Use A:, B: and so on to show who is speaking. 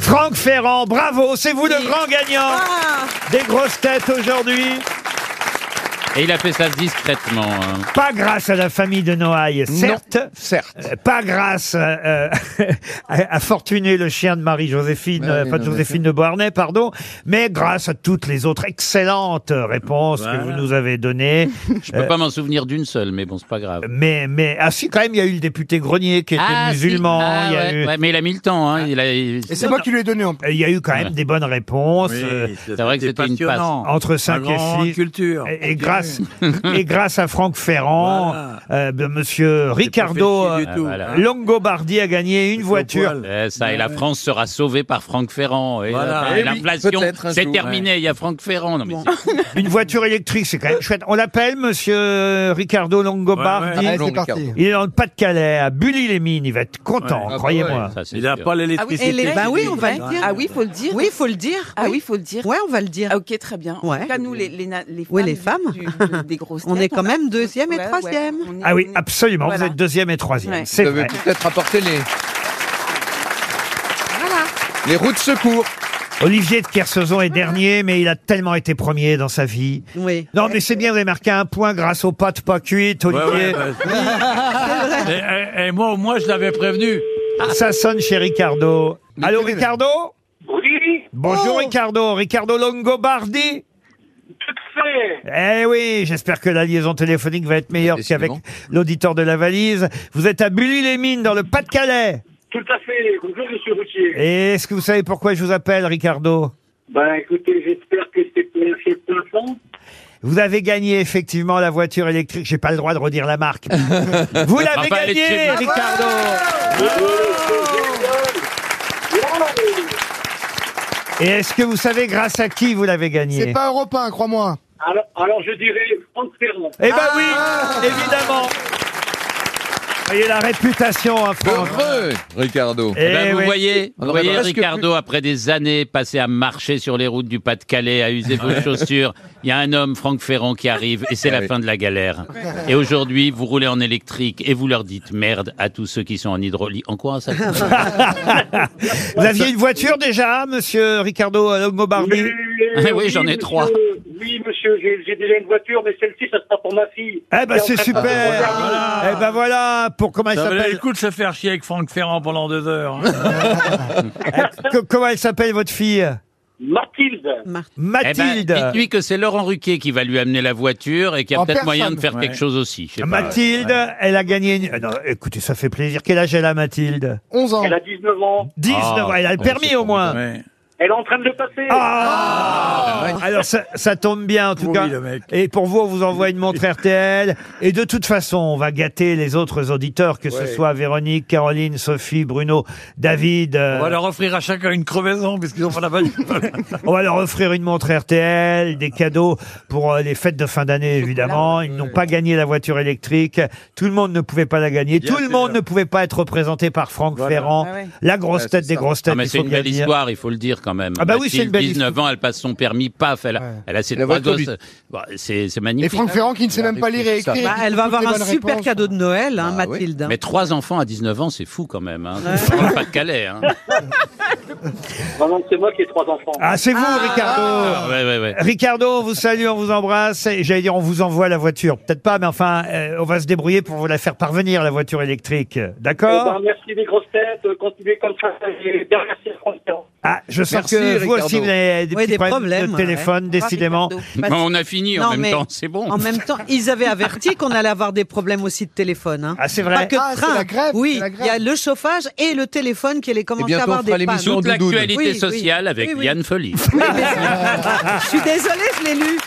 A: Franck Ferrand, bravo, c'est vous le grand gagnant
B: Ah.
A: des grosses têtes aujourd'hui.
B: Et il a fait ça discrètement. hein.
A: Pas grâce à la famille de Noailles, certes. Euh, Pas grâce euh, à, à Fortuné, le chien de Marie-Joséphine,
B: Bah
A: euh, pas de Joséphine de Beauharnais, pardon, mais grâce à toutes les autres excellentes réponses que vous nous avez données.
B: Je peux
A: Euh,
B: pas m'en souvenir d'une seule, mais bon, c'est pas grave.
A: mais, mais, ah si, quand même, il y a eu le député Grenier qui était
B: Ah, si.
A: musulman.
B: Ah,
A: il y a
B: ouais.
A: eu...
B: Ouais, mais il a mis le temps. hein. Il a- il-
C: Et c'est moi qui lui ai donné en plus.
A: Il y a eu quand même des bonnes réponses. euh,
B: C'est vrai que c'était une passe. Ah,
A: entre 5
C: grande
A: et 6.
C: culture.
A: Et, et grâce, et grâce à Franck Ferrand,
C: Voilà.
A: euh, ben, monsieur Ricardo
C: pas fait chier
A: euh,
C: du Hein tout.
D: Ah,
B: voilà.
A: Longobardi a gagné une voiture.
B: Eh, ça, et la France sera sauvée par Franck Ferrand. Et
C: Voilà.
B: après,
C: Eh oui,
B: l'inflation,
C: peut-être un
B: c'est
C: jour,
B: terminé. Il y a Franck Ferrand. Non, mais c'est-
A: Une voiture électrique, c'est quand même chouette. On l'appelle monsieur Ricardo Longobardi.
C: Ouais, ouais.
D: c'est parti.
A: Il est dans le Pas-de-Calais, à Bully-les-Mines. Il va être content,
C: Ouais. bah
A: croyez-moi.
B: ça, c'est
C: Il n'a
B: sûr.
C: pas
E: Ah oui,
C: l'électricité.
E: et les-
F: Bah oui, on va
E: Ouais.
F: le dire.
E: Ah oui, faut le dire.
F: Oui, il faut le dire.
E: Ah oui, faut le dire.
F: Ouais, on va le dire.
E: Ah, ok, très bien. En
F: Ouais.
E: tout cas, nous, les, les, na- les femmes,
F: Ouais, les femmes.
E: du- du- des grosses
F: On
E: têtes,
F: est quand
E: a-
F: même deuxième et
E: hein. Ouais, ouais,
F: troisième.
E: on est-
A: Ah oui,
E: on est-
A: absolument.
E: Voilà.
A: Vous êtes deuxième et troisième.
E: Ouais.
A: C'est
D: Vous devez
A: vrai.
D: peut-être apporter les,
F: Voilà.
D: les roues de secours.
A: Olivier de Kersauzon est dernier, mais il a tellement été premier dans sa vie.
F: Oui.
A: Non, mais c'est bien, vous avez marqué un point grâce aux pâtes pas cuites, Olivier.
C: et, moi, au moins, je l'avais prévenu.
A: Ça sonne chez Ricardo. Allô, Ricardo
G: Oui,
A: Bonjour,
F: Oh.
A: Ricardo. Ricardo Longobardi
G: tout à fait.
A: Eh oui, j'espère que la liaison téléphonique va être meilleure qu'avec
D: Décidément.
A: l'auditeur de la valise. Vous êtes à Bully-les-Mines, dans le Pas-de-Calais.
G: Tout à fait. Bonjour, monsieur Routier.
A: Et est-ce que vous savez pourquoi je vous appelle, Ricardo
G: Ben, écoutez, j'espère que c'est pour un chef d'enfant.
A: Vous avez gagné, effectivement, la voiture électrique. J'ai pas le droit de redire la marque. vous l'avez
B: Rafael
A: gagné,
B: Etchebest.
A: Ricardo Et est-ce que vous savez grâce à qui vous l'avez gagné
D: pas européen, crois-moi.
G: Alors, alors, je dirais Franck Ferrand.
A: Eh ben
C: Ah.
A: oui, évidemment. Vous voyez la réputation, hein, Franck.
D: Heureux, Ricardo.
A: Eh
B: Eh ben, vous
A: oui.
B: voyez, vous
D: On aurait
B: voyez
D: presque
B: Ricardo, après des années passées à marcher sur les routes du Pas-de-Calais, à user vos chaussures, il y a un homme, Franck Ferrand, qui arrive et c'est
D: Ah
B: la
D: oui.
B: fin de la galère. Et aujourd'hui, vous roulez en électrique et vous leur dites merde à tous ceux qui sont en hydraulique. En quoi ça
A: Vous aviez une voiture déjà, monsieur Ricardo euh, Longobardi
B: Oui, j'en ai trois.
G: Oui, monsieur, j'ai j'ai déjà une voiture, mais celle-ci, ça sera pour ma fille.
A: Eh ben c'est super.
C: Ah, voilà.
A: Eh ben voilà, pour comment elle
C: Ça valait le
A: s'appelle
C: coup de se faire chier avec Franck Ferrand pendant deux heures. hein.
A: Eh, co- Comment elle s'appelle votre fille
G: Mathilde.
B: Eh ben,
A: Mathilde.
B: Dites-lui que c'est Laurent Ruquier qui va lui amener la voiture et qu'il y a
D: En
B: peut-être
D: personne.
B: moyen de faire
C: Ouais.
B: quelque chose aussi.
A: Ah,
B: je sais pas.
A: Mathilde, elle a gagné. Une... euh, Non, écoutez, ça fait plaisir. Quel âge elle a, Mathilde
D: 11 ans.
F: Eh,
G: Elle a 19 ans.
A: 19
B: Ah,
A: Elle a le
B: oh,
A: permis
B: c'est
A: au moins.
C: Ouais.
G: Elle est en train de le passer.
A: Ah Alors ça, ça tombe bien en tout
C: Oui,
A: cas.
C: le mec.
A: Et pour vous, on vous envoie une montre RTL. Et de toute façon, on va gâter les autres auditeurs, que ce soit Véronique, Caroline, Sophie, Bruno, David. euh,
C: On va leur offrir à chacun une crevaison, puisqu'ils n'ont pas la valise.
A: on va leur offrir une montre RTL, des cadeaux pour euh, les fêtes de fin d'année évidemment. Ils n'ont pas gagné la voiture électrique. Tout le monde ne pouvait pas la gagner. Tout le monde ne pouvait pas être représenté par Franck Ferrand,
E: Ah ouais.
A: la grosse
D: Ouais,
A: tête
D: c'est
A: des
D: ça.
A: grosses têtes.
B: Ah, mais
A: il
B: c'est
A: faut
B: une
A: bien
B: belle
A: le dire.
B: histoire, il faut le dire quand même.
A: Ah bah oui, c'est une belle
B: 19 ans, elle passe son permis, paf, elle, a- elle a ses
D: Elle a
B: trois
D: votre
B: doses. Bon, c'est c'est magnifique.
D: Ferrand qui ne sait même pas lire et écrire.
F: Bah, elle va avoir un super cadeau de Noël, hein,
D: Bah oui.
F: Mathilde.
B: Mais trois enfants à 19 ans, c'est fou quand même. Hein. C'est vraiment pas de Calais. Hein.
G: Non, non, c'est moi qui ai trois enfants.
A: Ah, c'est vous, Ricardo.
F: Oh.
B: Ah, Ouais, ouais, ouais.
A: Ricardo, on vous salue, on vous embrasse. Et J'allais dire, on vous envoie la voiture. Peut-être pas, mais enfin, euh, on va se débrouiller pour vous la faire parvenir, la voiture électrique.
G: Eh
A: D'accord
G: ben, merci des grosses têtes. euh, Continuez comme ça. Et bien, merci à Franck Ferrand.
A: Ah, je sens
D: Merci,
A: que vous
D: Ricardo.
A: aussi, vous avez des,
F: Ouais,
A: petits
F: des
A: de
F: problèmes,
A: téléphone,
F: ouais.
A: décidément.
F: Parce-
B: Bon, on a fini
F: Non,
B: en même
F: mais-
B: temps, c'est bon.
F: En même temps, ils avaient averti qu'on allait avoir des problèmes aussi de téléphone. Hein.
A: Ah, c'est
F: Pas
A: vrai.
F: que de
D: Ah, c'est
F: train.
D: la grève,
F: oui,
D: c'est la grève.
F: il y a le chauffage et le téléphone qui allait commencer
D: bientôt,
F: à avoir
D: on fera
F: des pannes.
D: l'émission
B: Toute
D: en doudoune.
B: l'actualité
F: Oui, oui.
B: sociale avec
F: Oui, oui.
B: Yann Folly.
F: Oui, mais- je suis désolée, je l'ai lu.